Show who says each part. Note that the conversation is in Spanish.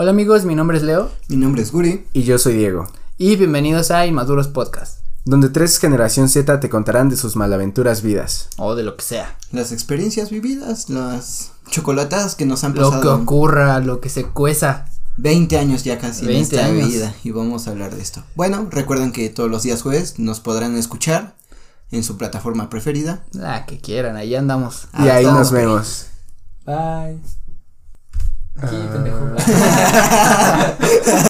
Speaker 1: Hola amigos, mi nombre es Leo
Speaker 2: Mi nombre es Guri.
Speaker 3: Y yo soy Diego,
Speaker 1: y bienvenidos a Inmaduros Podcast
Speaker 3: donde tres generación Z te contarán de sus malaventuras vidas.
Speaker 1: o de lo que sea.
Speaker 2: Las experiencias vividas, las chocolatadas que nos han
Speaker 1: Lo que
Speaker 2: pasado.
Speaker 1: ocurra, lo que se cueza.
Speaker 2: 20 años ya casi en
Speaker 1: 20
Speaker 2: esta
Speaker 1: años.
Speaker 2: vida y vamos a hablar de esto. Bueno, recuerden que todos los días jueves nos podrán escuchar en su plataforma preferida.
Speaker 1: La que quieran, ahí andamos.
Speaker 3: y
Speaker 2: Ah,
Speaker 3: ahí
Speaker 2: todo,
Speaker 3: nos
Speaker 2: ok.
Speaker 3: vemos.
Speaker 1: Bye. Aquí,
Speaker 3: Ah.
Speaker 1: pendejo.